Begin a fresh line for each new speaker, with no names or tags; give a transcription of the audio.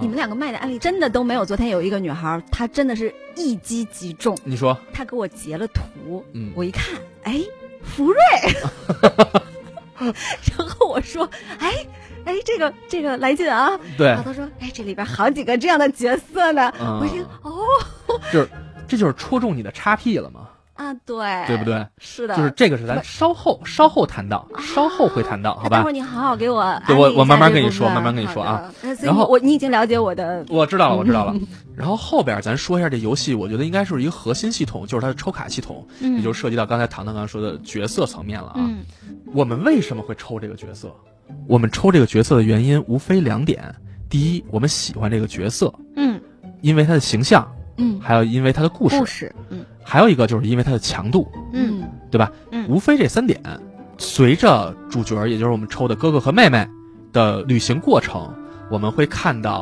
你们两个卖的案例真的都没有。昨天有一个女孩，她真的是一击即中，
你说，
她给我截了图，
嗯，
我一看，哎，福 瑞，然后我说，哎哎，这个这个来劲啊，
对
然后，她说，哎，这里边好几个这样的角色呢，
嗯
我一听，哦
这就是戳中你的叉 P 了嘛，
啊，对，
对不？对？
是的，
就是这个是咱稍后稍后谈到，稍后会谈到，
那
好
哎待
吧
会儿？你好好给我安利一下这
对
部
我
分，
我慢慢跟你说慢慢跟你说啊
好的。呃所以
然后
我你已经了解我的，
我知道了，我知道了。然后后边咱说一下这游戏，我觉得应该是一个核心系统，就是它的抽卡系统，
嗯，
也就涉及到刚才糖糖刚刚说的角色层面了啊。
嗯
我们为什么会抽这个角色？我们抽这个角色的原因无非两点：第一，我们喜欢这个角色，
嗯
因为他的形象，
嗯，
还有因为他的故事，
故事，嗯
还有一个就是因为他的强度，
嗯
对吧？
嗯
无非这三点。随着主角，也就是我们抽的哥哥和妹妹的旅行过程，我们会看到